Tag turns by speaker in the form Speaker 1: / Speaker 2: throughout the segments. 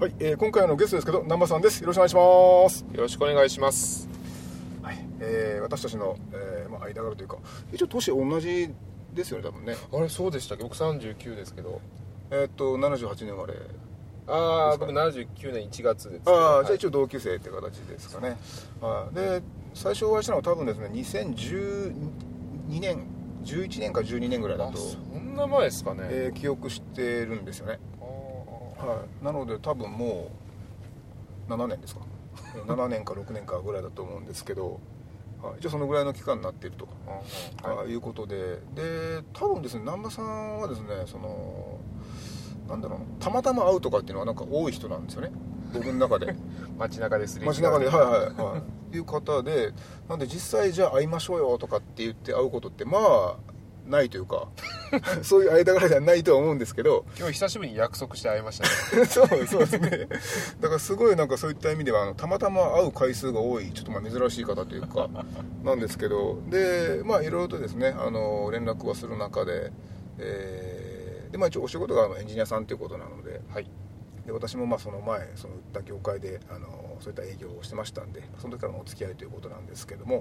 Speaker 1: はい、えー今回のゲストですけど南波さんですよろしくお願いします、
Speaker 2: よろしくお願いします。
Speaker 1: はいえー私たちの、えーまあ、間柄というか一応年同じですよね多分ね
Speaker 2: あれそうでしたっけ僕39ですけど。
Speaker 1: えーっと78年生まれ
Speaker 2: ああ、
Speaker 1: そう
Speaker 2: 僕
Speaker 1: です
Speaker 2: 79年1月で
Speaker 1: ああ、じ
Speaker 2: す、
Speaker 1: ゃあ
Speaker 2: はい
Speaker 1: 一応同級生って形ですかねはいで最初お会いしたのは多分ですね2012年11年か12年ぐらいだ
Speaker 2: あ
Speaker 1: と、
Speaker 2: そんな前ですかね。
Speaker 1: えー記憶してるんですよね
Speaker 2: あー
Speaker 1: はいなので多分もう7年ですか7年か6年かぐらいだと思うんですけど、はい、じゃあそのぐらいの期間になっていると
Speaker 2: あー
Speaker 1: は
Speaker 2: はい
Speaker 1: い、いうことでで多分ですね南波さんはですねそのなんだろうなたまたま会うとかっていうのはなんか多い人なんですよね僕の中 で
Speaker 2: 街中ですれ違う
Speaker 1: 街中ではいはいはいいう方でなんで実際じゃあ会いましょうよとかって言って会うことってまあないという かそういう間柄ではないとは思うんですけど
Speaker 2: 今日久しぶりに約束して会い ましたね。
Speaker 1: そうそうですねだからすごいなんかそういった意味ではあのたまたま会う回数が多いちょっとまあ珍しい方というかなんですけどでまあいろいろとですねあの連絡はする中で,、えーでまあ、一応お仕事があのエンジニアさんということなので
Speaker 2: はい。
Speaker 1: で私もまあその前その売った業界であのそういった営業をしてましたんでその時からのお付き合いということなんですけども、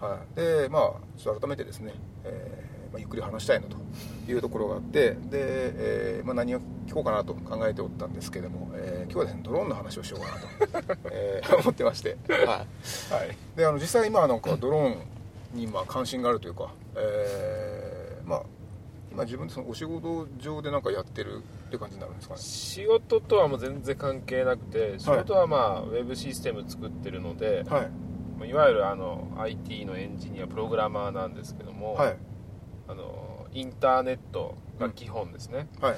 Speaker 1: はいでまあちょっと改めてですね、えーまあ、ゆっくり話したいなというところがあってで、えーまあ、何を聞こうかなと考えておったんですけども、えー今日はですねドローンの話をしようかなと、 えー思ってまして、はいであの実際今なんかドローンにまあ関心があるというか、えーまあ今自分でそのお仕事上でなんかやってるって感じになるんですかね
Speaker 2: 仕事とはもう全然関係なくて、仕事はまあ、ウェブシステム作ってるので、
Speaker 1: はい
Speaker 2: まあいわゆるあの IT のエンジニアプログラマーなんですけども、
Speaker 1: はい
Speaker 2: あのインターネットが基本ですね。
Speaker 1: はい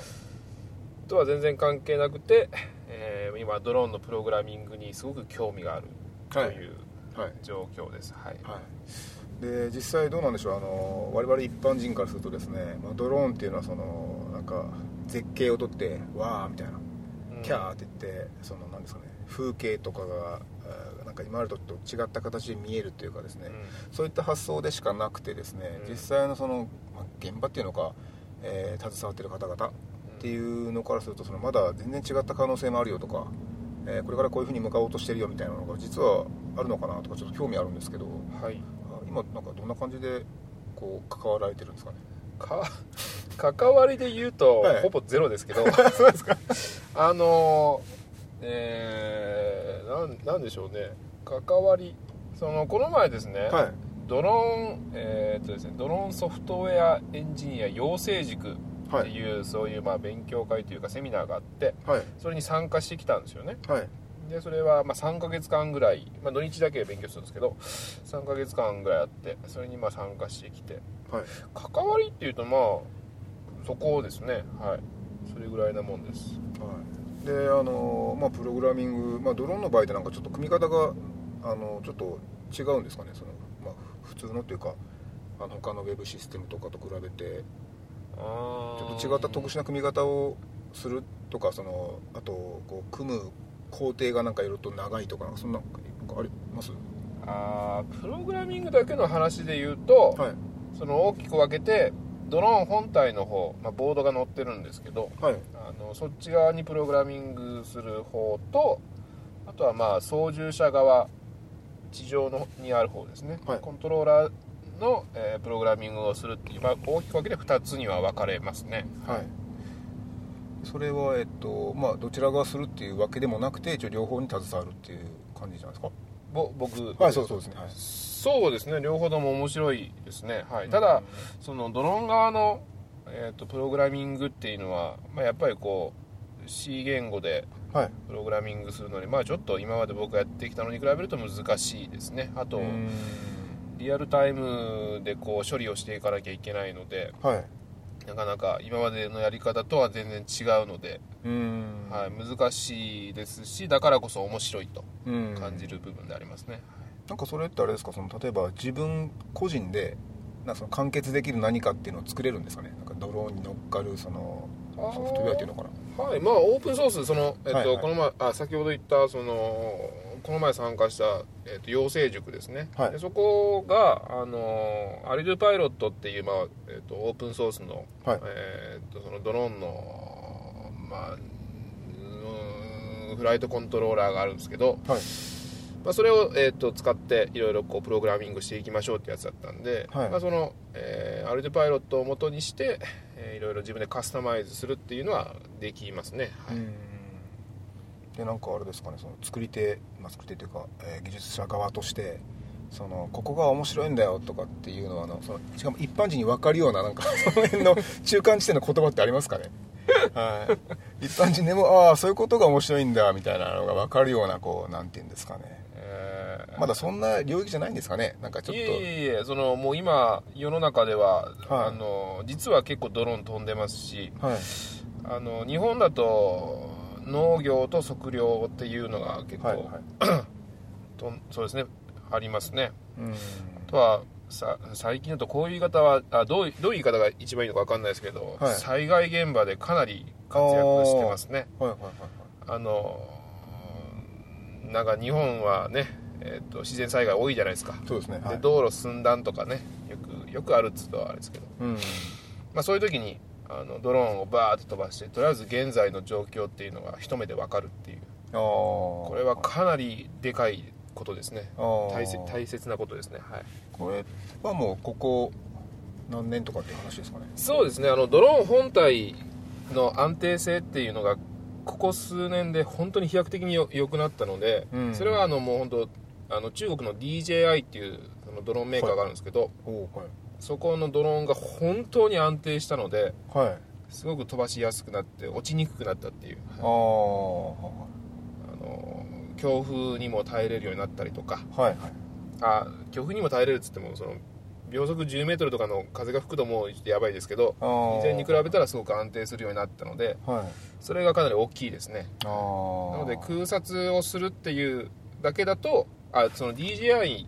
Speaker 2: とは全然関係なくて、えー今ドローンのプログラミングにすごく興味があると
Speaker 1: はい
Speaker 2: いう
Speaker 1: はい
Speaker 2: 状況ですはい、
Speaker 1: はい、で実際どうなんでしょうあの我々一般人からするとですね、まあ、ドローンっていうのはそのなんか絶景を撮ってわーみたいな
Speaker 2: うん
Speaker 1: キャーって言ってそのなんですかね風景とかがあーなんか今までと違った形で見えるというかですね、
Speaker 2: う
Speaker 1: そういった発想でしかなくてですね、
Speaker 2: うん
Speaker 1: 実際のその、まあ、現場っていうのか、えー携わってる方々っていうのからするとそのまだ全然違った可能性もあるよとか、えーこれからこういうふうに向かおうとしてるよみたいなのが実はあるのかなとかちょっと興味あるんですけど
Speaker 2: んはい
Speaker 1: あ今なんかどんな感じでこう関わられてるんですかね
Speaker 2: か 関わりで言うと、
Speaker 1: はい
Speaker 2: ほぼゼロですけど あのえー、なんなんでしょうね関わりそのこの前ですね、
Speaker 1: はい
Speaker 2: ドローンえーっとですねドローンソフトウェアエンジニア養成塾っ
Speaker 1: は
Speaker 2: て
Speaker 1: い
Speaker 2: いう、そういうまあ勉強会というかセミナーがあって
Speaker 1: はい
Speaker 2: それに参加してきたんですよね
Speaker 1: はい
Speaker 2: でそれはまあ3ヶ月間ぐらい、まあ、土日だけ勉強するんですけど3ヶ月間ぐらいあってそれにまあ参加してきて
Speaker 1: はい
Speaker 2: 関わりっていうとまあそこですねはいそれぐらいなもんです
Speaker 1: はい、であのーまあプログラミング、まあ、ドローンの場合ってなんかちょっと組み方があのちょっと違うんですかねその、まあ、普通のっていうかあの他のウェブシステムとかと比べてち
Speaker 2: ちょ
Speaker 1: ょっと違った特殊な組み方をするとかそのあとこう組む工程がなんかいろいろと長いとかなんかそんななんかあります
Speaker 2: あープログラミングだけの話で言うと、
Speaker 1: はい
Speaker 2: その大きく分けてドローン本体の方、まあ、ボードが載ってるんですけど
Speaker 1: はい
Speaker 2: あのそっち側にプログラミングする方とあとはまあ操縦者側地上のにある方ですね、
Speaker 1: はい
Speaker 2: コントローラーの、えープログラミングをするっていう、まあ、大きく分けて2つには分かれますね
Speaker 1: はいそれはえっとまあどちらがするっていうわけでもなくて一応両方に携わるっていう感じじゃないです
Speaker 2: ぼ僕
Speaker 1: かはいそうそうですね、はい
Speaker 2: そうですね両方とも面白いですね、はい、ただそのドローン側の、えー、とプログラミングっていうのは、まあ、やっぱりこう C 言語で
Speaker 1: はい
Speaker 2: プログラミングするのに、まあ、ちょっと今まで僕がやってきたのに比べると難しいですねあと、
Speaker 1: うん
Speaker 2: リアルタイムでこう処理をしていかなきゃいけないので
Speaker 1: はい
Speaker 2: なかなか今までのやり方とは全然違うので、
Speaker 1: うん
Speaker 2: はい、難しいですしだからこそ面白いと
Speaker 1: うん
Speaker 2: 感じる部分でありますね、
Speaker 1: なんかそれってあれですかその例えば自分個人でなんかその完結できる何かっていうのを作れるんですかねなんかドローンに乗っかるその
Speaker 2: あー
Speaker 1: ソフトウェアっていうのかな
Speaker 2: はいまあオープンソースその、えっと
Speaker 1: はいはい
Speaker 2: この前あ先ほど言ったそのこの前参加した、えっと養成塾ですね、
Speaker 1: はい
Speaker 2: でそこがあのアリルパイロットっていう、まあえっとオープンソースの,、
Speaker 1: はい
Speaker 2: えっとそのドローンの、まあ、うーんフライトコントローラーがあるんですけど、
Speaker 1: はい
Speaker 2: まあ、それを、えー、と使っていろいろこうプログラミングしていきましょうってやつだったんで、
Speaker 1: はい
Speaker 2: まあ、その、えー、アルテパイロットを元にして、えーいろいろ自分でカスタマイズするっていうのはできますね、はい
Speaker 1: うんでなんかあれですかねその作り手、まあ、作り手というか、えー技術者側としてそのここが面白いんだよとかっていうのはあのそのしかも一般人に分かるようななんか その辺の中間地点の言葉ってありますかねはい一般人でもああそういうことが面白いんだみたいなのが分かるようなこうなんていうんですかね
Speaker 2: えー
Speaker 1: まだそんな領域じゃないんですかねなんかちょっ
Speaker 2: い
Speaker 1: と
Speaker 2: えいえいえそのもう今世の中では、
Speaker 1: はい
Speaker 2: あの実は結構ドローン飛んでますし
Speaker 1: はい
Speaker 2: あの日本だと農業と測量っていうのが結構、
Speaker 1: はいはい
Speaker 2: とそうですねありますね
Speaker 1: うん
Speaker 2: あとはさ最近だとこういう言い方はあどういどういう言い方が一番いいのか分かんないですけど、
Speaker 1: はい
Speaker 2: 災害現場でかなり活躍してますね
Speaker 1: はいはいはいはい
Speaker 2: あのうんなんか日本はね、えっと自然災害多いじゃないですか、
Speaker 1: そうですねは
Speaker 2: で
Speaker 1: い
Speaker 2: 道路寸断とかねよくよくあるっつうとはあれですけど、
Speaker 1: うん
Speaker 2: まあ、そういう時にあのドローンをバーッと飛ばしてとりあえず現在の状況っていうのが一目で分かるっていう
Speaker 1: ああこ
Speaker 2: これはかなりでかいことですね大
Speaker 1: 大
Speaker 2: 切大切なことですねはい
Speaker 1: これはもうここ何年とかっていう話ですかね
Speaker 2: そうですねあのドローン本体の安定性っていうのがここ数年で本当に飛躍的によ良くなったので、
Speaker 1: うん
Speaker 2: それはあのもう本当あの中国の DJI っていうあのドローンメーカーがあるんですけど、
Speaker 1: おおは
Speaker 2: そこのドローンが本当に安定したので
Speaker 1: いはい
Speaker 2: すごく飛ばしやすくなって落ちにくくなったっていう
Speaker 1: ああは
Speaker 2: あの強風にも耐えれるようになったりとか
Speaker 1: いはい
Speaker 2: あ強風にも耐えれるっつってもその秒速10メートルとかの風が吹くともうやばいですけど
Speaker 1: あー
Speaker 2: 以前に比べたらすごく安定するようになったので
Speaker 1: はい
Speaker 2: それがかなり大きいですね
Speaker 1: ああな
Speaker 2: なので空撮をするっていうだけだとあその DJI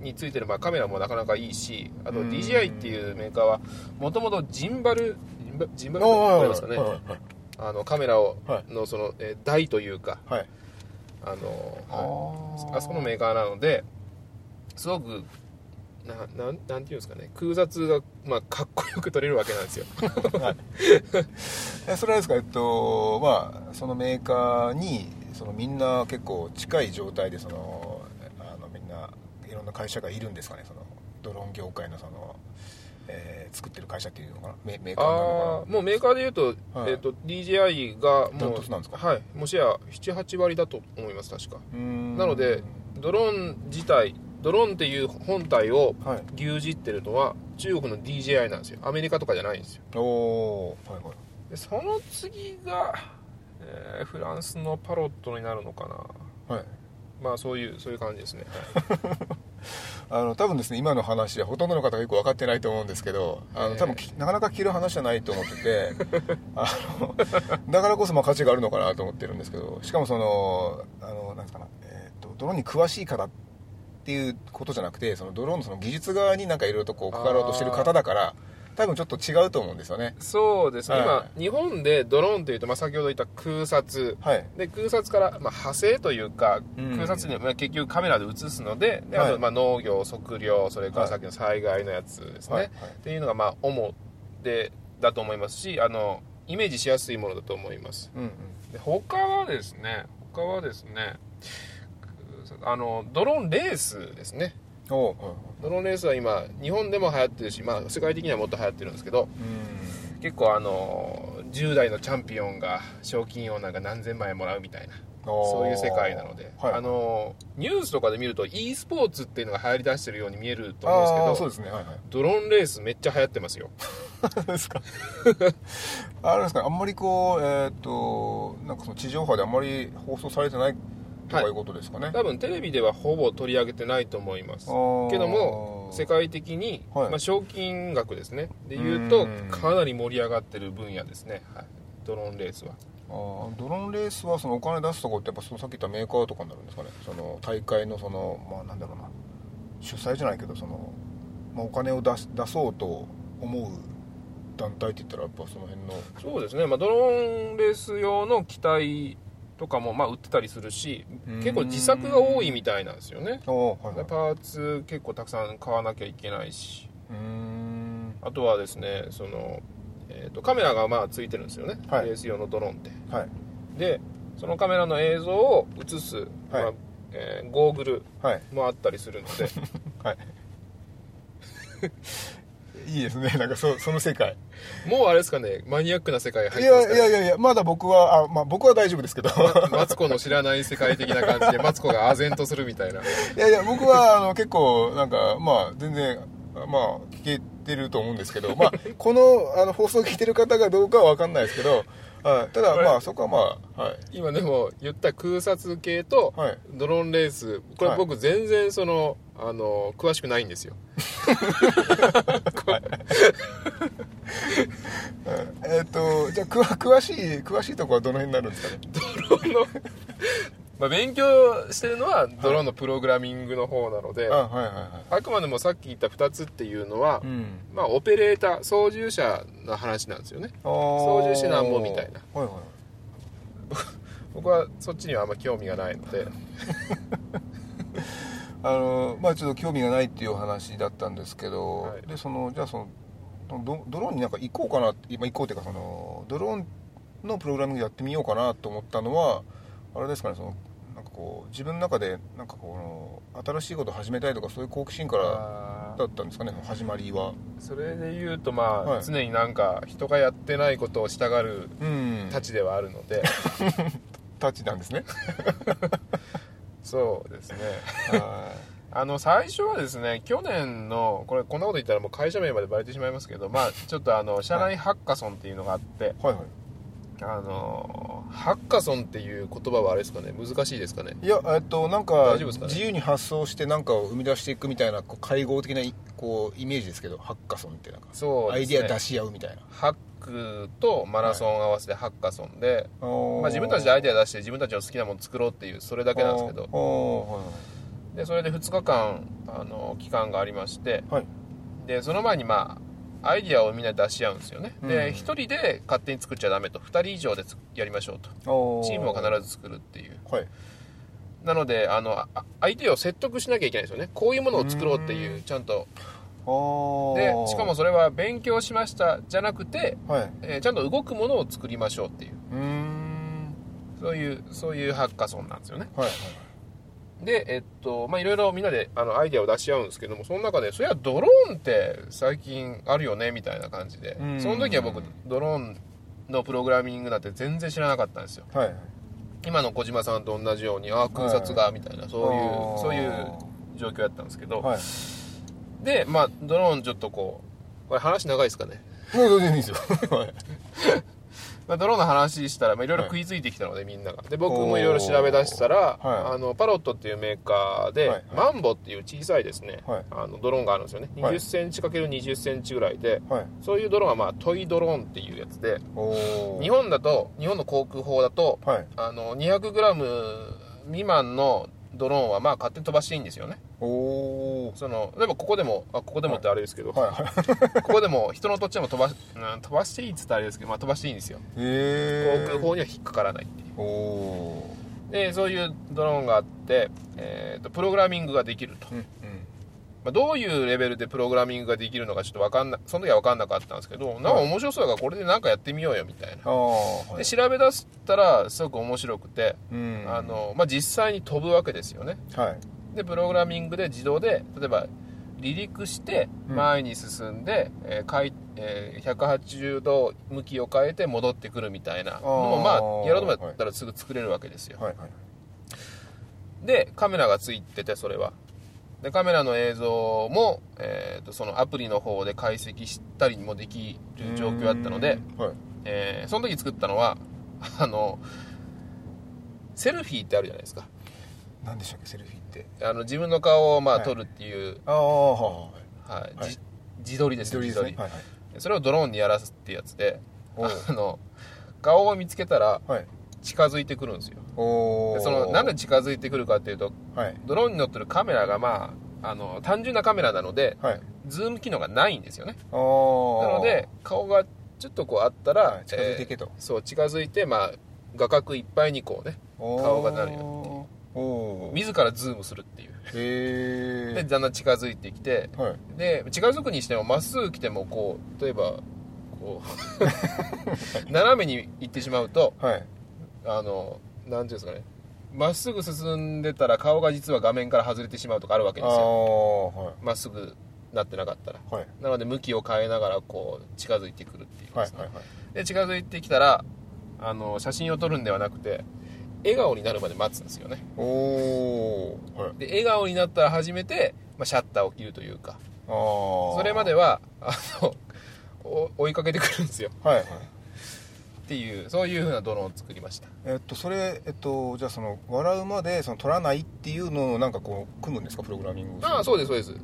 Speaker 2: についてるまあカメラもなかなかいいしあと
Speaker 1: うん
Speaker 2: DJI っていうメーカーはもともとジンバルジンバジンバル
Speaker 1: ああ
Speaker 2: わか
Speaker 1: は
Speaker 2: り
Speaker 1: いは
Speaker 2: ま
Speaker 1: い
Speaker 2: すかね
Speaker 1: はい
Speaker 2: あのカメラを
Speaker 1: は
Speaker 2: のその、えー台というか
Speaker 1: はい
Speaker 2: あの
Speaker 1: あ
Speaker 2: はい
Speaker 1: ー
Speaker 2: あそこのメーカーなのですごくななんなんていうんですかね空撮が、まあ、かっこよく撮れるわけなんですよ
Speaker 1: えそれはですかえっとまあそのメーカーにそのみんな結構近い状態でそのあのみんないろんな会社がいるんですかねそのドローン業界のその、えー作ってる会社っていうのかなメメーカーな
Speaker 2: あ
Speaker 1: の
Speaker 2: あもうメーカーでいうと,、
Speaker 1: はい
Speaker 2: えっと DJI が
Speaker 1: ダン
Speaker 2: も
Speaker 1: トツなんですか
Speaker 2: う、はい、もうシェア78割だと思います確
Speaker 1: か
Speaker 2: か
Speaker 1: なうーん
Speaker 2: なのでドローン自体ドローンっていう本体を
Speaker 1: はい
Speaker 2: 牛耳ってるのは中国の DJI なんですよアメリカとかじゃないんですよ
Speaker 1: おおーはいはい
Speaker 2: でその次が、えーフランスのパロットになるのかな
Speaker 1: はい、
Speaker 2: まあそういうそういう感じですね、はい
Speaker 1: あの多分ですね今の話はほとんどの方がよく分かってないと思うんですけどあ
Speaker 2: え
Speaker 1: の
Speaker 2: え
Speaker 1: 多分きなかなか聞ける話じゃないと思ってて あのだからこそまあ価値があるのかなと思ってるんですけどしかもそのあのなんですかな、えー、とドローンに詳しい方っていうことじゃなくてそのドローンのその技術側になんかいろいろとこう関わろうとしてる方だから多分ちょっと違うと思うんですよね
Speaker 2: そうですね、
Speaker 1: は
Speaker 2: 今日本でドローンというと、まあ、先ほど言った空撮
Speaker 1: はい
Speaker 2: で空撮から、まあ、派生というか
Speaker 1: うん
Speaker 2: 空撮には、まあ、結局カメラで映すのでであ
Speaker 1: は
Speaker 2: と、
Speaker 1: い
Speaker 2: まあ、農業測量それから
Speaker 1: はい
Speaker 2: さっきの災害のやつですね、
Speaker 1: はいはい
Speaker 2: っていうのがまあ主でだと思いますしあのイメージしやすいものだと思います
Speaker 1: うんうん
Speaker 2: で他はですね他はですねあのドローンレースですね
Speaker 1: おうはいはい
Speaker 2: ドローンレースは今日本でも流行ってるし、まあ、世界的にはもっと流行ってるんですけど
Speaker 1: うん
Speaker 2: 結構あの10代のチャンピオンが賞金をなんか何千万円もらうみたいな
Speaker 1: お
Speaker 2: そういう世界なので、
Speaker 1: はい
Speaker 2: あのニュースとかで見ると e スポーツっていうのが流行りだしてるように見えると思うんですけ
Speaker 1: あ
Speaker 2: ど
Speaker 1: ーそうですねはいはい
Speaker 2: ドローンレースめっちゃ流行ってますよ
Speaker 1: ですかあれですかあんまりこうえっ、となんかその地上波であんまり放送されてないとかいうことですかね、
Speaker 2: 多分テレビではほぼ取り上げてないと思いますけ
Speaker 1: あー
Speaker 2: ども世界的に、
Speaker 1: はい
Speaker 2: まあ、賞金額ですねでいう
Speaker 1: う
Speaker 2: と
Speaker 1: ん
Speaker 2: かなり盛り上がってる分野ですね、はい、ドローンレースは
Speaker 1: あードローンレースはそのお金出すとこってやっぱそのさっき言ったメーカーとかになるんですかねその大会のそのまあなんだろうな主催じゃないけどその、まあ、お金を出す出そうと思う団体って言ったらやっぱその辺の
Speaker 2: そうですね、まあ、ドローンレース用の機体とかもまあ売ってたりするし
Speaker 1: うん
Speaker 2: 結構自作が多いみたいなんですよね
Speaker 1: おーはいはい
Speaker 2: パーツ結構たくさん買わなきゃいけないし
Speaker 1: うーん
Speaker 2: あとはですねその、えー、とカメラがまあついてるんですよね、
Speaker 1: はい
Speaker 2: レース用のドローンって
Speaker 1: はい
Speaker 2: でそのカメラの映像を映す、まあえーゴーグル
Speaker 1: はい
Speaker 2: もあったりするの で
Speaker 1: はいいいですねなんかそその世界
Speaker 2: もうあれですかねマニアックな世界
Speaker 1: い
Speaker 2: 入ってま
Speaker 1: や
Speaker 2: すか
Speaker 1: い
Speaker 2: ら
Speaker 1: やいやいやまだ僕はあ、まあ、僕は大丈夫ですけど
Speaker 2: まマツコの知らない世界的な感じでマツコが唖然とするみたいない
Speaker 1: やいや僕はあの結構なんかまあ全然まあ聞けてると思うんですけど、 まあ、このあの放送を聞いてる方がどうかは分かんないですけど、はい、ただまあそこはまあはい
Speaker 2: 今でも言った空撮系と
Speaker 1: はい
Speaker 2: ドローンレースこれ僕全然その、あの詳しくない んですよ
Speaker 1: えっとじゃあくわ詳しい詳しいとこはどの辺になるんですかね
Speaker 2: ドローンの まあ勉強してるのはドローンのプログラミングの方なので、
Speaker 1: あはいはいは
Speaker 2: あくまでもさっき言った2つっていうのは、
Speaker 1: いうん
Speaker 2: まあオペレーター操縦者の話なんですよね
Speaker 1: 操
Speaker 2: 縦士なんぼみたいな
Speaker 1: はいはい
Speaker 2: 僕はそっちにはあんま興味がないので
Speaker 1: あのまあちょっと興味がないっていうお話だったんですけど、
Speaker 2: はい
Speaker 1: でそのじゃあそのドドローンになんか行こうかな今行こうっていうかそのドローンのプログラミングやってみようかなと思ったのはあれですかねそのなんかこう自分の中でなんかこの新しいことを始めたいとかそういう好奇心からだったんですかねその始まりは
Speaker 2: それで言うとまあ、
Speaker 1: はい
Speaker 2: 常になんか人がやってないことをしたがる
Speaker 1: うん
Speaker 2: たちではある ので、
Speaker 1: タチなんです ね
Speaker 2: そうですね
Speaker 1: は
Speaker 2: あの最初はですね去年のこれこんなこと言ったらもう会社名までバレてしまいますけどまあちょっとあの社内ハッカソンっていうのがあって、
Speaker 1: いはいは
Speaker 2: あのハッカソンっていう言葉はあれですかね難しいですかね
Speaker 1: いいやえっとなんか
Speaker 2: 大丈夫ですかね
Speaker 1: 自由に発想してなんかを生み出していくみたいなこう会合的なこうイメージですけどハッカソンってなんか
Speaker 2: そう
Speaker 1: ア
Speaker 2: で
Speaker 1: イ
Speaker 2: すね
Speaker 1: ディア出し合うみたいな
Speaker 2: ハックとマラソン合わせてハッカソンで、
Speaker 1: ま
Speaker 2: まあ、自分たちでアイデ
Speaker 1: ア
Speaker 2: ア出して自分たちの好きなもの作ろうっていうそれだけなんですけどでそれで2日間あの期間がありまして
Speaker 1: はい
Speaker 2: でその前にまあアイディアをみんなで出し合うんですよね、
Speaker 1: う
Speaker 2: で
Speaker 1: ん
Speaker 2: 1人で勝手に作っちゃダメと2人以上でつやりましょうとチームを必ず作るっていう
Speaker 1: ずはい
Speaker 2: なのであのあ相手を説得しなきゃいけないんですよねこういうものを作ろうっていううちゃんとで
Speaker 1: で
Speaker 2: しかもそれは勉強しましたじゃなくて、
Speaker 1: はい
Speaker 2: えーちゃんと動くものを作りましょうっていう
Speaker 1: うーん
Speaker 2: そういうそういうハッカソンなんですよね
Speaker 1: はい
Speaker 2: でえっとまあいろいろみんなであのアイデアを出し合うんですけどもその中でそりゃドローンって最近あるよねみたいな感じで
Speaker 1: うん
Speaker 2: その時は僕ドローンのプログラミングなんて全然知らなかったんですよ
Speaker 1: はいはい
Speaker 2: 今の小島さんと同じようにああ空撮がみたいなそういう
Speaker 1: あー
Speaker 2: そういう状況やったんですけど、
Speaker 1: はい
Speaker 2: でまあドローンちょっとこうこれ話長いですかね、
Speaker 1: 全然いいんですよ はい
Speaker 2: まあ、ドローンの話したらまあいろいろ
Speaker 1: はい
Speaker 2: 食いついてきたので、みんながで僕もいろいろ調べ出したら、
Speaker 1: おーはい
Speaker 2: あのパロットっていうメーカー
Speaker 1: は
Speaker 2: で、
Speaker 1: いはい
Speaker 2: マンボっていう小さいですね、
Speaker 1: はい
Speaker 2: あのドローンがあるんですよね2
Speaker 1: はい
Speaker 2: 0ンチ ×20 センチぐらいで
Speaker 1: はい
Speaker 2: そういうドローンはまあトイドローンっていうやつで
Speaker 1: おー
Speaker 2: 日本だと日本の航空法だと
Speaker 1: はい
Speaker 2: あの 200g 未満のドローンはまあ勝手に飛ばしていいんですよね
Speaker 1: おお
Speaker 2: その例えばここでもあここでもってあれですけど、
Speaker 1: はいはい
Speaker 2: ここでも人の土地でも飛ば,、うん、飛ばしていいっつったらあれですけど、まあ、飛ばしていいんですよ航
Speaker 1: へ
Speaker 2: 空法には引っかからないっていう
Speaker 1: おおー
Speaker 2: でそういうドローンがあって、えー、とプログラミングができると、
Speaker 1: うんうん
Speaker 2: まあ、どういうレベルでプログラミングができるのかちょっとわかんなその時は分かんなかったんですけどなんか面白そうだからこれでなんかやってみようよみたいな、
Speaker 1: ああは
Speaker 2: で
Speaker 1: い
Speaker 2: 調べ出したらすごく面白くて、
Speaker 1: うん
Speaker 2: あのまあ、実際に飛ぶわけですよね
Speaker 1: はい
Speaker 2: でプログラミングで自動で例えば離陸して
Speaker 1: うん
Speaker 2: 前に進んで、えー回えー180度向きを変えて戻ってくるみたいなのもま
Speaker 1: あ
Speaker 2: あ
Speaker 1: ー
Speaker 2: やろうと思ったらすぐ作れるわけですよ、
Speaker 1: はいはい
Speaker 2: でカメラがついててそれはでカメラの映像も、えーとそのアプリの方で解析したりもできる状況だったので、
Speaker 1: はい
Speaker 2: えーその 時作ったのはあのセルフィーってあるじゃないですか
Speaker 1: 何でしたっけセルフィーって
Speaker 2: あの自分の顔をまあ
Speaker 1: はい
Speaker 2: 撮るっていう、
Speaker 1: ああは
Speaker 2: はい
Speaker 1: はい
Speaker 2: じ自撮りですね
Speaker 1: い
Speaker 2: 自撮り
Speaker 1: はいはい
Speaker 2: それをドローンでやらすってやつで
Speaker 1: おう
Speaker 2: あの顔を見つけたら
Speaker 1: はい
Speaker 2: 近づいてくるんですよ
Speaker 1: お
Speaker 2: で
Speaker 1: ー
Speaker 2: そのなんで近づいてくるかっていうと
Speaker 1: はい
Speaker 2: ドローンに乗ってるカメラがまああの単純なカメラなので
Speaker 1: はい
Speaker 2: ズーム機能がないんですよね
Speaker 1: あ
Speaker 2: な
Speaker 1: ー
Speaker 2: ので顔がちょっとこうあったら、
Speaker 1: はい近づいていけと
Speaker 2: えーそう近づいてまあ画角いっぱいにこうね顔がなるよ
Speaker 1: よおお
Speaker 2: 自らズームするっていう
Speaker 1: へ
Speaker 2: で
Speaker 1: え
Speaker 2: だんだん近づいてきて
Speaker 1: はい
Speaker 2: で近づくにしてもまっすぐ来てもこう例えばこ う斜めに行ってしまうと
Speaker 1: はい
Speaker 2: あの何ていうんですかねまっすぐ進んでたら顔が実は画面から外れてしまうとかあるわけ
Speaker 1: あ
Speaker 2: ですよ
Speaker 1: あは
Speaker 2: まっすぐなってなかったら
Speaker 1: いはい
Speaker 2: なので向きを変えながらこう近づいてくるっていう
Speaker 1: はい
Speaker 2: ですね
Speaker 1: はいはい
Speaker 2: で近づいてきたらあの写真を撮るんではなくて笑顔になるまで待つんですよね
Speaker 1: おおはい
Speaker 2: で笑顔になったら初めて、まあ、シャッターを切るというか
Speaker 1: ああ
Speaker 2: それまではあのお追いかけてくるんですよ
Speaker 1: はいはい
Speaker 2: っていうそういうふうなドローンを作りました
Speaker 1: えっとそれえっとじゃあその笑うまでその取らないっていうのをなんかこう組むんですかプログラミング
Speaker 2: ああそうですそうです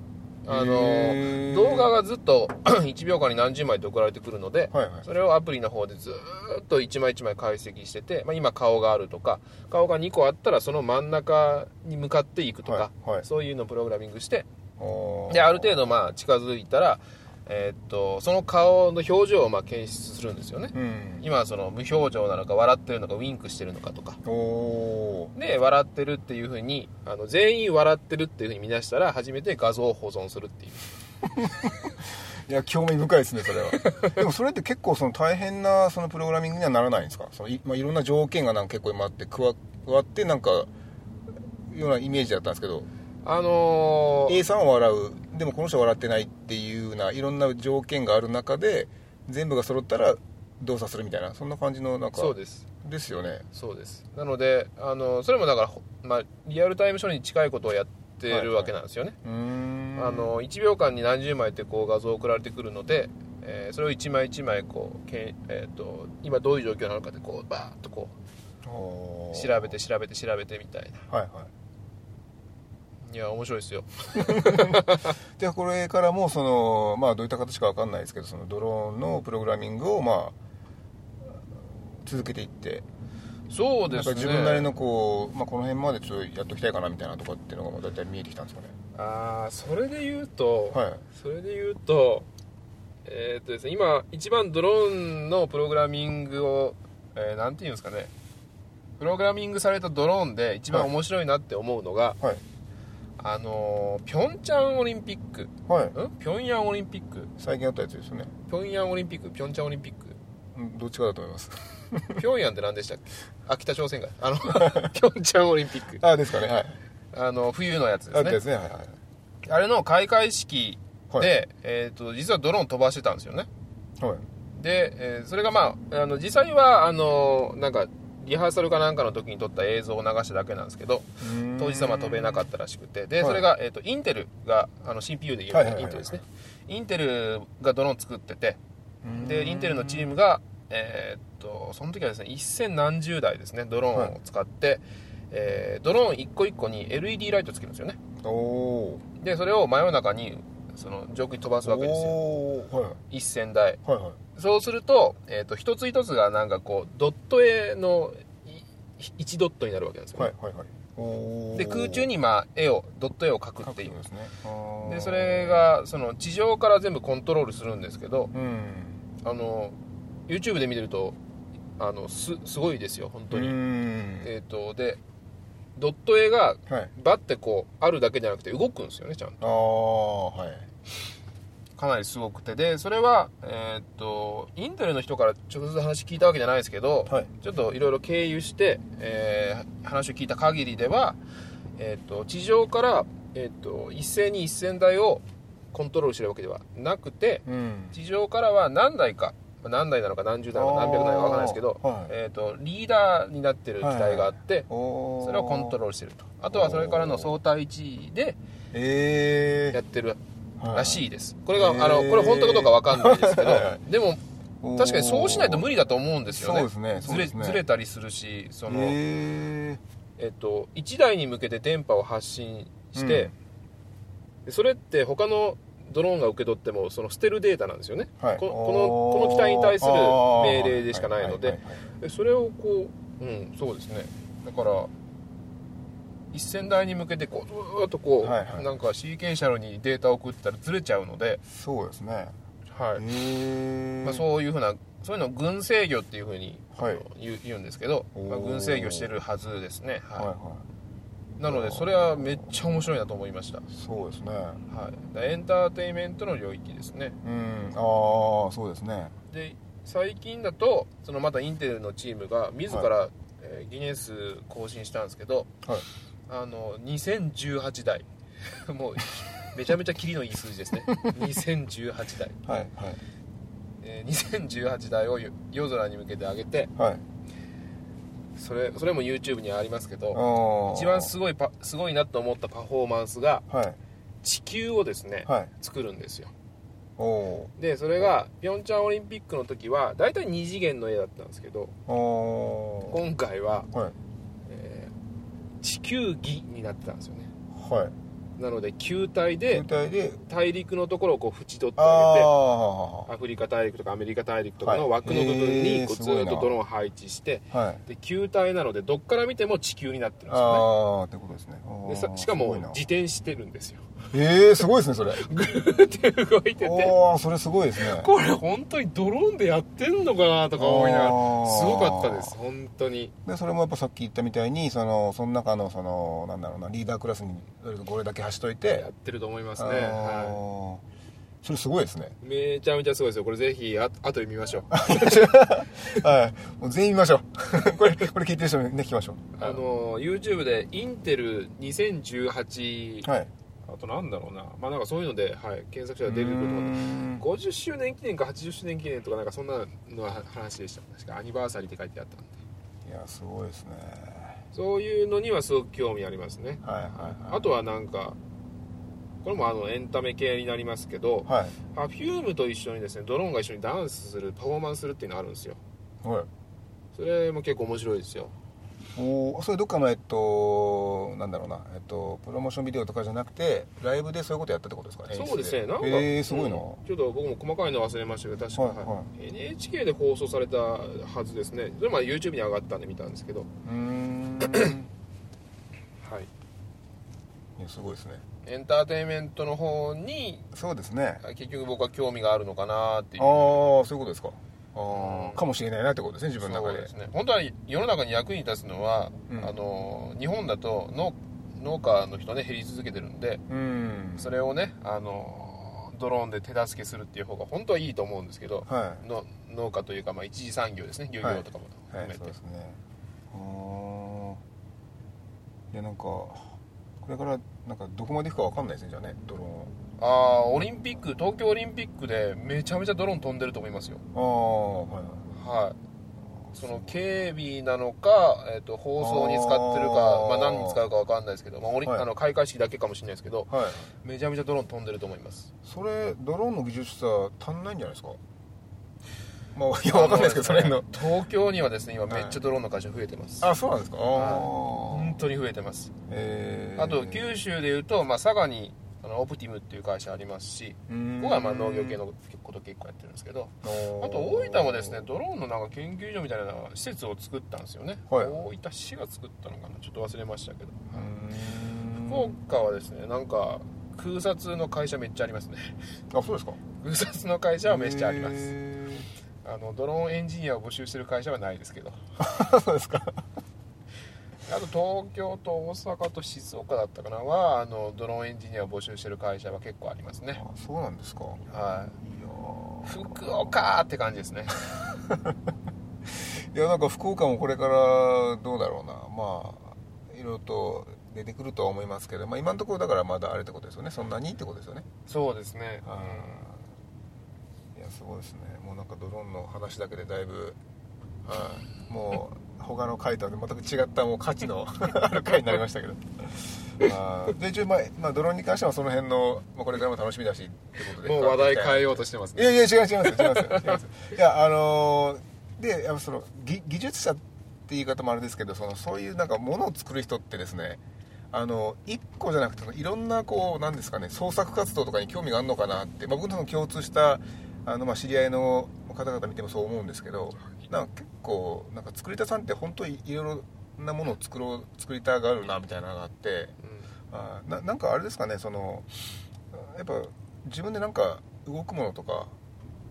Speaker 2: あの
Speaker 1: へー
Speaker 2: 動画がずっと 1秒間に何十枚って送られてくるので、
Speaker 1: はいはい
Speaker 2: それをアプリの方でずーっと一枚一枚解析してて、まあ、今顔があるとか顔が2個あったらその真ん中に向かっていくとか、
Speaker 1: はいはい
Speaker 2: そういうのをプログラミングして
Speaker 1: おー
Speaker 2: である程度まあ近づいたら、えーっとその顔の表情をまあ検出するんですよね
Speaker 1: うん
Speaker 2: 今はその無表情なのか笑ってるのかウインクしてるのかとか
Speaker 1: おお
Speaker 2: で笑ってるっていうふうにあの全員笑ってるっていうふうに見出したら初めて画像を保存するっていう
Speaker 1: いや興味深いですねそれは でもそれって結構その大変なそのプログラミングにはならないんですかそのい,、まあ、いろんな条件がなんか結構今あって加わ加わってなんかようなイメージだったんですけど
Speaker 2: あのー
Speaker 1: A さんは笑うでもこの人は笑ってないっていうようないろんな条件がある中で全部が揃ったら動作するみたいなそんな感じのなんか
Speaker 2: そうです
Speaker 1: ですよね
Speaker 2: そうですなので、あのそれもだから、ほまあ、リアルタイム処理に近いことをやって
Speaker 1: はいは
Speaker 2: る
Speaker 1: い
Speaker 2: わけなんですよね、
Speaker 1: うーん
Speaker 2: あの1秒間に何十枚ってこう画像送られてくるので、えーそれを1枚1枚こうけ、えー、と今どういう状況なのかってこうバーッとこ
Speaker 1: お
Speaker 2: う
Speaker 1: ー
Speaker 2: 調べて調べて調べてみたいな
Speaker 1: はいはい
Speaker 2: いや面白いですよ
Speaker 1: でこれからもその、まあ、どういった形か分かんないですけどそのドローンのプログラミングを、まあ、続けていって、
Speaker 2: そ
Speaker 1: な
Speaker 2: うで
Speaker 1: んか
Speaker 2: すね
Speaker 1: 自分なりのこう、まあ、この辺までちょっとやっときたいかなみたいなとかっていうのがまあ大体見えてきたんですかね
Speaker 2: ああそれで言うと、
Speaker 1: はい
Speaker 2: それで言うと,、えーっとですね、今一番ドローンのプログラミングを、えーなんていうんですかねプログラミングされたドローンで一番
Speaker 1: はい
Speaker 2: 面白いなって思うのが、
Speaker 1: はい
Speaker 2: あのーピョンチャンオリンピックん
Speaker 1: はい
Speaker 2: ピョンヤンオリンピック
Speaker 1: 最近あったやつですよね
Speaker 2: ピョンヤンオリンピックピョンチャンオリンピック
Speaker 1: うんどっちかだと思います
Speaker 2: ピョンヤンって何でしたっけあ北朝鮮が あのピョンチャンオリンピック
Speaker 1: あですかねはい
Speaker 2: あの冬のやつで
Speaker 1: あっ
Speaker 2: す
Speaker 1: た
Speaker 2: ね
Speaker 1: やつねはいはい
Speaker 2: あれの開会式で、
Speaker 1: はい
Speaker 2: えーっと実はドローン飛ばしてたんですよね
Speaker 1: はい
Speaker 2: で、えーそれがまああの実際はあのなんかリハーサルかなんかの時に撮った映像を流しただけなんですけど
Speaker 1: うーん
Speaker 2: 当日はまあ飛べなかったらしくてで
Speaker 1: はい
Speaker 2: それが、えー、とインテルがあの CPU で言え
Speaker 1: は
Speaker 2: ば
Speaker 1: いはいはい
Speaker 2: インテルですねインテルがドローン作ってて
Speaker 1: うーん
Speaker 2: でインテルのチームが、えーっとその時はですね一千何十台ですねドローンを使って、えードローン一個一個に LED ライトつけるんですよね
Speaker 1: おお
Speaker 2: でそれを真夜中にその上空に飛ばすわけですよ
Speaker 1: おーはい
Speaker 2: 1000台
Speaker 1: はいはい
Speaker 2: そうすると,、えー、と一つ一つがなんかこうドット絵の1ドットになるわけなんですよ、
Speaker 1: はいはいはいおー
Speaker 2: で空中にまあ絵をドット絵を描く
Speaker 1: 書
Speaker 2: っ
Speaker 1: く
Speaker 2: て
Speaker 1: っ
Speaker 2: い
Speaker 1: て
Speaker 2: う
Speaker 1: ことですねあー
Speaker 2: でそれがその地上から全部コントロールするんですけど
Speaker 1: うん
Speaker 2: あの YouTube で見てるとあのすすごいですよ本当に、
Speaker 1: うーん
Speaker 2: えっ、とでドット絵が
Speaker 1: はい
Speaker 2: バッてこうあるだけじゃなくて動くんですよねちゃんと
Speaker 1: ああはい
Speaker 2: かなりすごくてでそれはえっ、とインテルの人から直接話聞いたわけじゃないですけど、
Speaker 1: はい
Speaker 2: ちょっといろいろ経由して、えー話を聞いた限りでは、えー、と地上から、えー、と一斉に1000台をコントロールしてるわけではなくて
Speaker 1: うん
Speaker 2: 地上からは何台かまあ何台なのか何十台なのか何百台なのか分からないですけど、
Speaker 1: あーはい
Speaker 2: えー、とリーダーになってる機体があって、
Speaker 1: お
Speaker 2: それをコン
Speaker 1: ロ
Speaker 2: ト
Speaker 1: ール
Speaker 2: ロールしてるとあとはそれからの相対1位で
Speaker 1: え
Speaker 2: やってる
Speaker 1: え
Speaker 2: らしいですこれが、
Speaker 1: へー
Speaker 2: あのこれ本当かどうか分かんないですけど
Speaker 1: はいは
Speaker 2: でも確かにそうしないと無
Speaker 1: 理
Speaker 2: 理だと思うんですよね
Speaker 1: そうですねそうですね
Speaker 2: ずれずれたりするしその、
Speaker 1: へえ
Speaker 2: えっと、1台に向けて電波を発信して、でそれって他のドローンが受け取ってもその捨てるデータなんですよね、
Speaker 1: はい、
Speaker 2: ここの
Speaker 1: おー
Speaker 2: この機体に対する命令でしかないので
Speaker 1: あーはいはいはいはい
Speaker 2: でそれをこううんそうですねだから1000台に向けてこうずーっとこう、
Speaker 1: はいはい
Speaker 2: なんかシーケンシャルにデータを送ったらずれちゃうので、
Speaker 1: そうですね
Speaker 2: は
Speaker 1: へ
Speaker 2: い
Speaker 1: え
Speaker 2: まあ、そういうふうなそういうのを軍制御っていうふうに、
Speaker 1: はい
Speaker 2: 言う言うんですけど、まあ、
Speaker 1: おー
Speaker 2: 軍制御してるはずですね、はい
Speaker 1: はいはい
Speaker 2: なのでそれはめっちゃ面白いなと思いました、はい
Speaker 1: そうですね、
Speaker 2: だからエンターテインメントの領域ですね
Speaker 1: うんああそうですね
Speaker 2: で最近だとそのまたインテルのチームが自ら、えーギネス更新したんですけど
Speaker 1: はい
Speaker 2: あの2018台 もうめちゃめちゃキリのいい数字ですね2018台、
Speaker 1: はいはい
Speaker 2: えー2018台を夜夜空に向けて上げて
Speaker 1: はい
Speaker 2: それそれも YouTube にはありますけ
Speaker 1: あ
Speaker 2: ど
Speaker 1: あ
Speaker 2: 一番すごいパすごいなと思ったパフォーマンスが
Speaker 1: はい
Speaker 2: 地球をですね、
Speaker 1: はい
Speaker 2: 作るんですよ
Speaker 1: おお
Speaker 2: でそれがピョンチャンオリンピックの時は大体2次元の絵だったんですけど
Speaker 1: おお
Speaker 2: 今回は、
Speaker 1: はい
Speaker 2: えー地球儀になってたんですよね
Speaker 1: はい
Speaker 2: なので球体で
Speaker 1: 球体で
Speaker 2: 大陸のところをこう縁取って
Speaker 1: あ
Speaker 2: あげて
Speaker 1: あ
Speaker 2: アフリカ大陸とかアメリカ大陸とか
Speaker 1: は
Speaker 2: の
Speaker 1: い
Speaker 2: 枠の部分
Speaker 1: へ
Speaker 2: に
Speaker 1: ー
Speaker 2: こう
Speaker 1: す
Speaker 2: ず
Speaker 1: ごいな
Speaker 2: っとドローン配置して
Speaker 1: はい
Speaker 2: で球体なのでどっから見ても地球になってるんですよ
Speaker 1: ああってことですねあー
Speaker 2: ねでさしか
Speaker 1: す
Speaker 2: も
Speaker 1: ごいな
Speaker 2: 自転してるんですよ
Speaker 1: ええすごいですね それ
Speaker 2: ぐーって動いてて
Speaker 1: おおそれすごいですね
Speaker 2: これ本当にドローンでやってんのかなとか思いなが
Speaker 1: あ
Speaker 2: ら
Speaker 1: ー
Speaker 2: すごかったです本当に
Speaker 1: でそれもやっぱさっき言ったみたいにそのその中のそのなんだろうなリーダークラスにとりあえずこれだけ走っといて
Speaker 2: やってると思います
Speaker 1: あ
Speaker 2: ね、
Speaker 1: ー
Speaker 2: は
Speaker 1: それすごいですね
Speaker 2: い、めちゃめちゃすごいですよこれぜひあ後で見ましょう
Speaker 1: はいもう全員見ましょう これこれ聞いてる人にね聞きましょう
Speaker 2: あの YouTube でインテル2018、
Speaker 1: はい
Speaker 2: あとなんだろうなまあなんかそういうので、はい、検索したら出てくると思う
Speaker 1: うー
Speaker 2: んで
Speaker 1: ん
Speaker 2: 50周年記念か80周年記念とかなんかそんなのは話でした確かアニバーサリーって書いてあったんで
Speaker 1: いやすごいですね
Speaker 2: そういうのにはすごく興味ありますね
Speaker 1: はいはいはい
Speaker 2: あとはなんかこれもあのエンタメ系になりますけど、
Speaker 1: はい
Speaker 2: Perfume と一緒にですねドローンが一緒にダンスするパフォーマンスするっていうのがあるんですよ
Speaker 1: はい
Speaker 2: それも結構面白いですよ
Speaker 1: おーそれどっかのえっとなんだろうなえっとプロモーションビデオとかじゃなくてライブでそういうことやったってことですかね
Speaker 2: そうですねなんか、
Speaker 1: えー、すごいな、
Speaker 2: うんちょっと僕も細かいの忘れましたけど確か、
Speaker 1: はいは
Speaker 2: NHK で放送されたはずですねそれまで YouTube に上がったんで見たんですけど
Speaker 1: うーん
Speaker 2: はい
Speaker 1: いやすごいですね
Speaker 2: エンターテインメントの方に
Speaker 1: そうですね
Speaker 2: あ結局僕は興味があるのかなっていう
Speaker 1: ああそういうことですかあ
Speaker 2: うん
Speaker 1: ーかもしれないなってことですね自分の
Speaker 2: そう
Speaker 1: 中で
Speaker 2: ですね本当は世の中に役に立つのは、
Speaker 1: うん
Speaker 2: あの日本だと農農家の人ね減り続けてるんで
Speaker 1: うん
Speaker 2: それをねあのドローンで手助けするっていう方が本当はいいと思うんですけど、
Speaker 1: は
Speaker 2: の農家というか、まあ、一次産業ですね漁業とかも
Speaker 1: い、は
Speaker 2: 含
Speaker 1: い
Speaker 2: め、て、
Speaker 1: そうですねあーいやなんかこれからなんかどこまで行くかわかんないですねじゃあねドロ
Speaker 2: ああオリンピック東京オリンピックでめちゃめちゃドローン飛んでると思いますよ
Speaker 1: ーンああはいはい
Speaker 2: はいその警備なのか、えっと放送に使ってるか
Speaker 1: あー
Speaker 2: まあ、何に使うかわかんないですけど、まあオリン
Speaker 1: はい
Speaker 2: あの開会式だけかもしれないですけど
Speaker 1: はい
Speaker 2: めちゃめちゃドローン飛んでると思います
Speaker 1: それドローンの技術者足んないんじゃない ですかまあいやわかんないですけどそれの
Speaker 2: あですね東京にはですね今
Speaker 1: は
Speaker 2: め
Speaker 1: い
Speaker 2: っちゃドローンの会社増えてます、
Speaker 1: あそうなんですかああ
Speaker 2: 本当に増えてます
Speaker 1: えー
Speaker 2: あと九州でいうと、まあ、佐賀にあのオプティムっていう会社ありますし
Speaker 1: うーん
Speaker 2: 僕はまあ農業系のこと結構やってるんですけど
Speaker 1: あー
Speaker 2: あと大分もですねドローンのなんか研究所みたいな施設を作ったんですよね、
Speaker 1: はい
Speaker 2: 大分市が作ったのかなちょっと忘れましたけど、
Speaker 1: うーん
Speaker 2: 福岡はですねなんか空撮の会社めっちゃありますね
Speaker 1: あそうですか
Speaker 2: 空撮の会社はめっちゃあります
Speaker 1: へ
Speaker 2: あのドローンエンジニアを募集してる会社はないですけど
Speaker 1: ー そうですか
Speaker 2: あと東京と大阪と静岡だったかなはあのドローンエンジニアを募集してる会社は結構ありますね
Speaker 1: あそうなんですかい
Speaker 2: は
Speaker 1: や
Speaker 2: い
Speaker 1: ー
Speaker 2: 福岡って感じですね
Speaker 1: いやなんか福岡もこれからどうだろうなまあいろいろと出てくるとは思いますけど、まあ、今のところだからまだあれってことですよねそんなにってことですよね
Speaker 2: そうですね
Speaker 1: あーいやすごいですねもうなんかドローンの話だけでだいぶはいもう他の回とは全く違ったもう価値の ある回になりましたけどあーで一応、まあまあ、ドローンに関してはその辺の、まあ、これからも楽しみだしってことで
Speaker 2: もう話題変えようとしてます
Speaker 1: いや
Speaker 2: ね
Speaker 1: いや違います違います違います違いますいやあのーでやっぱその技技術者っって言い方もあれですけどそのそういうなんかものを作る人ってですねあの1個じゃなくていろんなこうなんですかね創作活動とかに興味があるのかなって、まあ、僕の共通したあの、まあ、知り合いの方々見てもそう思うんですけどなんか結構なんか作り手さんって本当にいろいろなものを作ろう作りたがるなみたいなのがあってあななんかあれですかねそのやっぱ自分でなんか動くものとか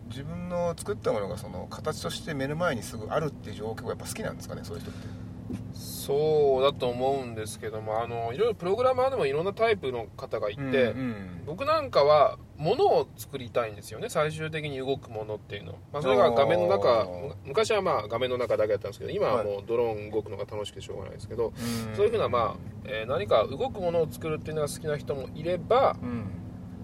Speaker 1: 自分の作ったものがその形として目の前にすぐあるっていう状況がやっぱ好きなんですかねそういう人って
Speaker 2: そうだと思うんですけどもあのいろいろプログラマーでもいろんなタイプの方がいて、
Speaker 1: うんうん
Speaker 2: 僕なんかはものを作りたいんですよね最終的に動くものっていうの、まあ、それが画面の
Speaker 1: あ
Speaker 2: 中
Speaker 1: ー
Speaker 2: む昔はまあ画面の中だけだったんですけど今ははいもうドローン動くのが楽しくてしょうがないですけど、
Speaker 1: ん
Speaker 2: そういうふうな、まあえー何か動くものを作るっていうのが好きな人もいれば
Speaker 1: うん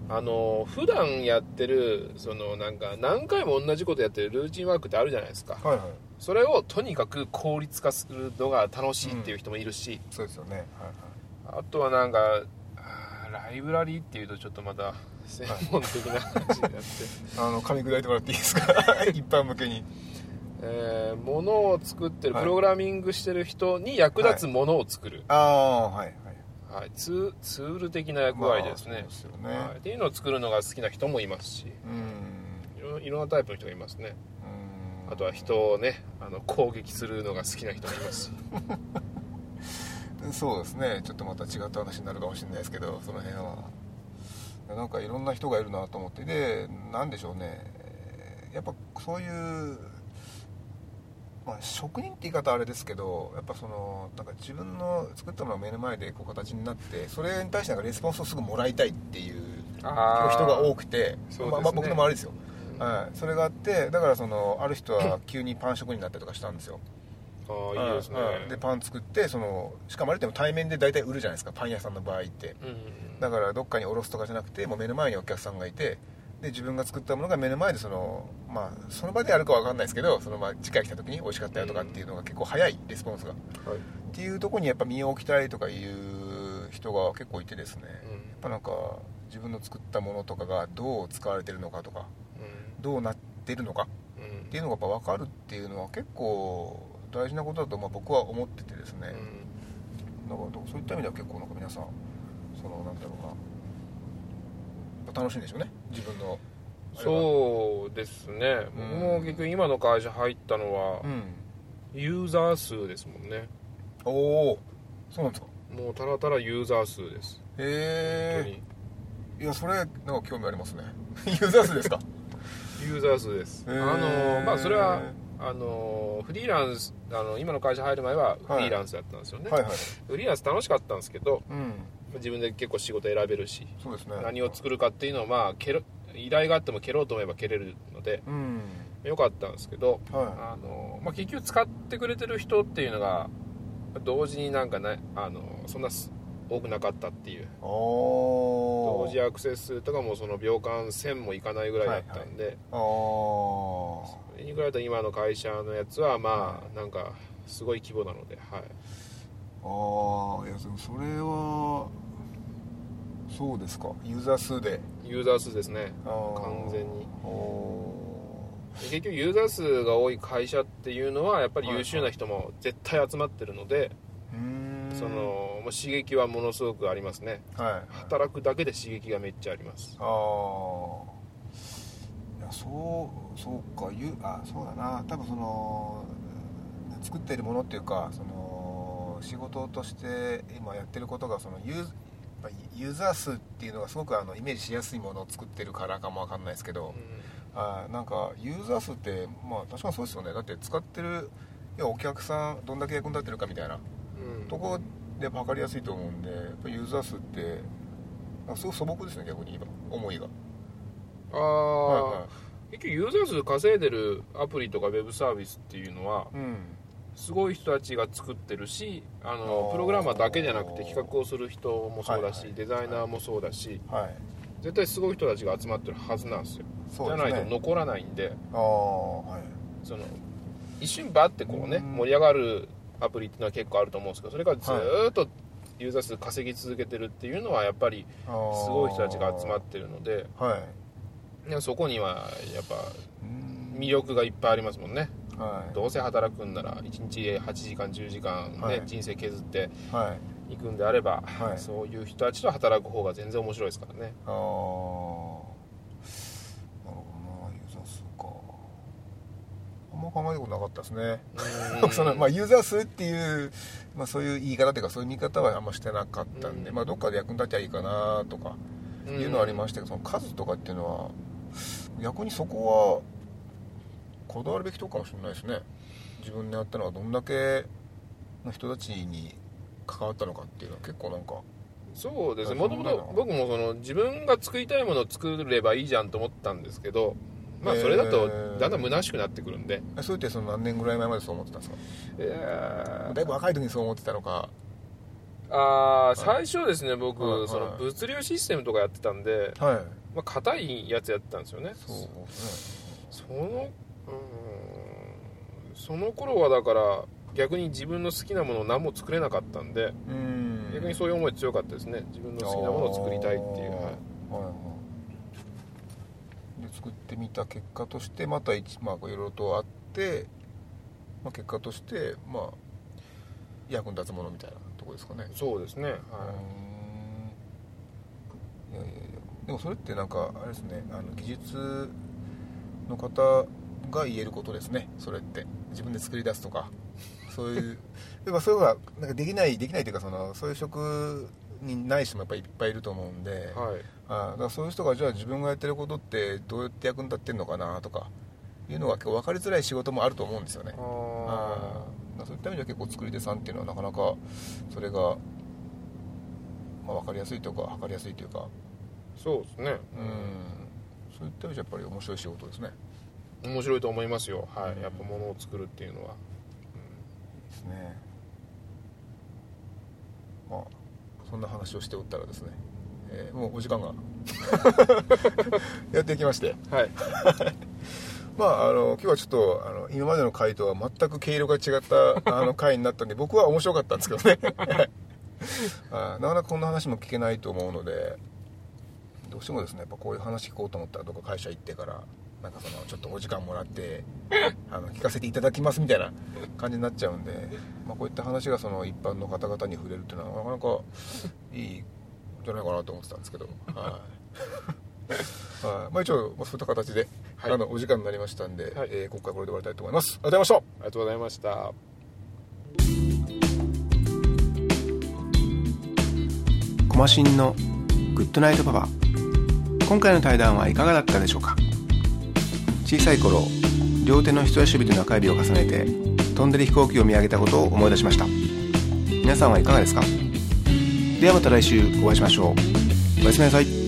Speaker 2: あの普段やってるそのなんか何回も同じことやってるルーチンワークってあるじゃないですか
Speaker 1: はいはい
Speaker 2: それをとにかく効率化するのが楽しいっていう人もいるし、
Speaker 1: そうですよねはいはい
Speaker 2: あとはなんかあーライブラリーっていうとちょっとまた専門的な話 になって、
Speaker 1: あの噛み砕いてもらっていいですか 一般向けに
Speaker 2: えー、ものを作ってる
Speaker 1: はい
Speaker 2: プログラミングしてる人に役立つものを作る、
Speaker 1: ああはいはい
Speaker 2: はいツーツール的な役割です
Speaker 1: まあそう
Speaker 2: ね
Speaker 1: で,、すよね、
Speaker 2: はい、っていうのを作るのが好きな人もいますし
Speaker 1: うん
Speaker 2: いろいろんなタイプの人がいますね
Speaker 1: うん
Speaker 2: あとは人をねあの攻撃するのが好きな人もいますし
Speaker 1: そうですねちょっとまた違った話になるかもしれないですけどその辺はなんかいろんな人がいるなと思ってでなんでしょうねえーやっぱそういう、まあ、職人って言い方あれですけどやっぱそのなんか自分の作ったものが目の前でこう形になってそれに対してなんかレスポンスをすぐもらいたいっていう人
Speaker 2: あー
Speaker 1: が多くて、
Speaker 2: そうですね
Speaker 1: まあまあ、僕の周りですよ、
Speaker 2: あ
Speaker 1: はい、それがあってだからそのある人は急にパン職人になったりとかしたんですよ
Speaker 2: あいいですね
Speaker 1: うんうんでパン作ってそのしかもあれっても対面で大体売るじゃないですかパン屋さんの場合って
Speaker 2: うんうん
Speaker 1: だからどっかに卸すとかじゃなくてもう目の前にお客さんがいてで自分が作ったものが目の前でそのまあその場でやるかわかんないですけどそのまあ次回来た時に美味しかったよとかっていうのが結構早いレスポンスがっ
Speaker 2: はい
Speaker 1: ていうところにやっぱ身を置きたいとかいう人が結構いてですね
Speaker 2: うん
Speaker 1: やっぱなんか自分の作ったものとかがどう使われてるのかとかどうなってるのか
Speaker 2: うんうん
Speaker 1: っていうのがやっぱ分かるっていうのは結構大事なことだとまあ僕は思っててですね、
Speaker 2: うん
Speaker 1: だからそういった意味では結構なんか皆さんそのなんだろうなやっぱ楽しいんでしょうね自分の
Speaker 2: そうですね僕も結局今の会社入ったのは
Speaker 1: ううん
Speaker 2: ユーザー数ですもんね
Speaker 1: おおそうなんですか
Speaker 2: もうたらたらユーザー数です本当
Speaker 1: へ
Speaker 2: に
Speaker 1: えいやそれなんか興味ありますね ユーザー数ですか
Speaker 2: ユーザー数です、
Speaker 1: へー
Speaker 2: あのまあそれはあのフリーランスあの今の会社入る前はフリーランスだったんですよね、
Speaker 1: はいはい
Speaker 2: フリーランス楽しかったんですけど
Speaker 1: うん
Speaker 2: 自分で結構仕事選べるし
Speaker 1: そうですね
Speaker 2: 何を作るかっていうのはまあ蹴る依頼があっても蹴ろうと思えば蹴れるので
Speaker 1: うん
Speaker 2: 良かったんですけど
Speaker 1: は
Speaker 2: あの、まあ、結局使ってくれてる人っていうのが同時になんかねあのそんなす多くなかったっていう
Speaker 1: いお
Speaker 2: 同時アクセス数とかもその秒間1000もいかないぐらいだったんで、
Speaker 1: ああ
Speaker 2: それに比べたら今の会社のやつはまあなんかすごい規模なので、はい、
Speaker 1: ああいやでもそれはそうですかユーザー数で
Speaker 2: ユーザー数ですね
Speaker 1: 完
Speaker 2: 完全に
Speaker 1: お
Speaker 2: で結局ユーザー数が多い会社っていうのはやっぱり優秀な人も絶対集まってるので、
Speaker 1: ーうーん
Speaker 2: そのもう刺激はものすごくありますね
Speaker 1: はい
Speaker 2: 働くだけで刺激がめっちゃあります
Speaker 1: ああいやそうそうかゆあそうだな多分そのうん作っているものっていうかその仕事として今やってることがそのユーやっぱりユーザー数っていうのがすごくあのイメージしやすいものを作ってるからかもわかんないですけど、
Speaker 2: う
Speaker 1: あーなんかユーザー数ってまあ確かにそうですよねだって使ってる要はお客さんどんだけ役に立ってるかみたいなん
Speaker 2: うん
Speaker 1: とこで測りやすいと思うんでやっぱユーザー数ってなんかすごい素朴ですね逆に今思いが
Speaker 2: あ
Speaker 1: あ
Speaker 2: あ、
Speaker 1: は
Speaker 2: 結局ユーザー数稼いでるアプリとかウェブサービスっていうのはい
Speaker 1: はいうん
Speaker 2: すごい人たちが作ってるしあ
Speaker 1: あ
Speaker 2: の
Speaker 1: ー
Speaker 2: プログラマーだけじゃなくて企画をする人もそうだし、
Speaker 1: はいはい
Speaker 2: デザイナーもそうだし
Speaker 1: はい
Speaker 2: 絶対すごい人たちが集まってるはずなんですよ
Speaker 1: そうです
Speaker 2: じゃ
Speaker 1: ね
Speaker 2: ないと残らないんで
Speaker 1: ああはい
Speaker 2: その一瞬バッてこうね
Speaker 1: うん
Speaker 2: 盛り上がるアプリっていうのは結構あると思うんですけどそれからずーっとユーザー数稼ぎ続けてるっていうのはやっぱり
Speaker 1: す
Speaker 2: すごい人たちが集まってるので
Speaker 1: はい
Speaker 2: いやそこにはやっぱ
Speaker 1: うん
Speaker 2: 魅力がいっぱいありますもんね
Speaker 1: はい
Speaker 2: どうせ働くんなら1日8時間10時間、ね
Speaker 1: はい
Speaker 2: 人生削って
Speaker 1: はい
Speaker 2: いくんであれば、
Speaker 1: はい
Speaker 2: そういう人たちと働く方が全然面白いですからね
Speaker 1: ああなるほどなユーザー数かあんま考えたことなかったですね そのまあ、ユーザー数っていう、まあ、そういう言い方っていうかそういう見方はあんましてなかったんで、
Speaker 2: うん
Speaker 1: まあ、どっかで役に立ちゃいいかなとか
Speaker 2: う
Speaker 1: いうのはありましたけど、その数とかっていうのは逆にそこはこだわるべきとこかもしれないですね自分でやったのはどんだけの人たちに関わったのかっていうのは結構なんか
Speaker 2: そうですね
Speaker 1: あそ
Speaker 2: も
Speaker 1: うな
Speaker 2: と
Speaker 1: の
Speaker 2: もと僕もその自分が作りたいものを作ればいいじゃんと思ったんですけどまあ
Speaker 1: へー
Speaker 2: それだとだんだん虚しくなってくるんで、
Speaker 1: えそうやってその何年ぐらい前までそう思ってたんですかだいぶ若い時にそう思ってたのか
Speaker 2: あー最初ですね僕、
Speaker 1: はいはい
Speaker 2: その物流システムとかやってたんで、
Speaker 1: はい
Speaker 2: まあ、硬いやつやってたんですよね
Speaker 1: そうですね
Speaker 2: そのうんその頃はだから逆に自分の好きなものを何も作れなかったんで
Speaker 1: うん
Speaker 2: 逆にそういう思い強かったですね自分の好きなものを作りたいっていう
Speaker 1: あー
Speaker 2: はい
Speaker 1: はいはいで作ってみた結果としてまた一まあいろいろとあって、まあ、結果としてまあ役に立つものみたいなとこですかね
Speaker 2: そうですね、はい
Speaker 1: ーんい
Speaker 2: う
Speaker 1: やいやいやでもそれってなんかあれですねあの技術の方が言えることですねそれって自分で作り出すとかそういう でもそういうのはなんかできないできないというかそのそういう職にない人もやっぱりいっぱいいると思うんで、
Speaker 2: はい、
Speaker 1: ああだからそういう人がじゃあ自分がやってることってどうやって役に立ってるのかなとかいうのが結構分かりづらい仕事もあると思うんですよねあ
Speaker 2: あ
Speaker 1: あだからそういった意味では結構作り手さんっていうのはなかなかそれが、まあ、分かりやすいというか測りやすいというか
Speaker 2: ーそうですね
Speaker 1: うんそういった意味じゃやっぱり面白い仕事ですね
Speaker 2: 面白いと思いますよ、は
Speaker 1: う
Speaker 2: い、
Speaker 1: ん
Speaker 2: やっぱ物を作るっていうのは
Speaker 1: ですねまあそんな話をしておったらですね、えーもうお時間が やっていきまして
Speaker 2: はい
Speaker 1: まあ、あの今日はちょっとあの今までの回とは全く毛色が違ったあの回になったんで僕は面白かったんですけどね あなかなかこんな話も聞けないと思うのでどうしてもですねやっぱこういう話聞こうと思ったらどっか会社行ってからなんかそのちょっとお時間もらってあの聞かせていただきますみたいな感じになっちゃうんで、まあ、こういった話がその一般の方々に触れるっていうのはなかなかいいんじゃないかなと思ってたんですけど。はいはいまあ、一応、まあ、そういった形で、
Speaker 2: はい
Speaker 1: あのお時間になりましたんで、
Speaker 2: はい
Speaker 1: えー今回はこれで終わりたいと思います。ありがとうございました
Speaker 2: ありがとうございました
Speaker 3: コマシンのグッドナイトパパ今回の対談はいかがだったでしょうか小さい頃両手の人差し指と中指を重ねて飛んでる飛行機を見上げたことを思い出しました皆さんはいかがですかではまた来週お会いしましょうおやすみなさい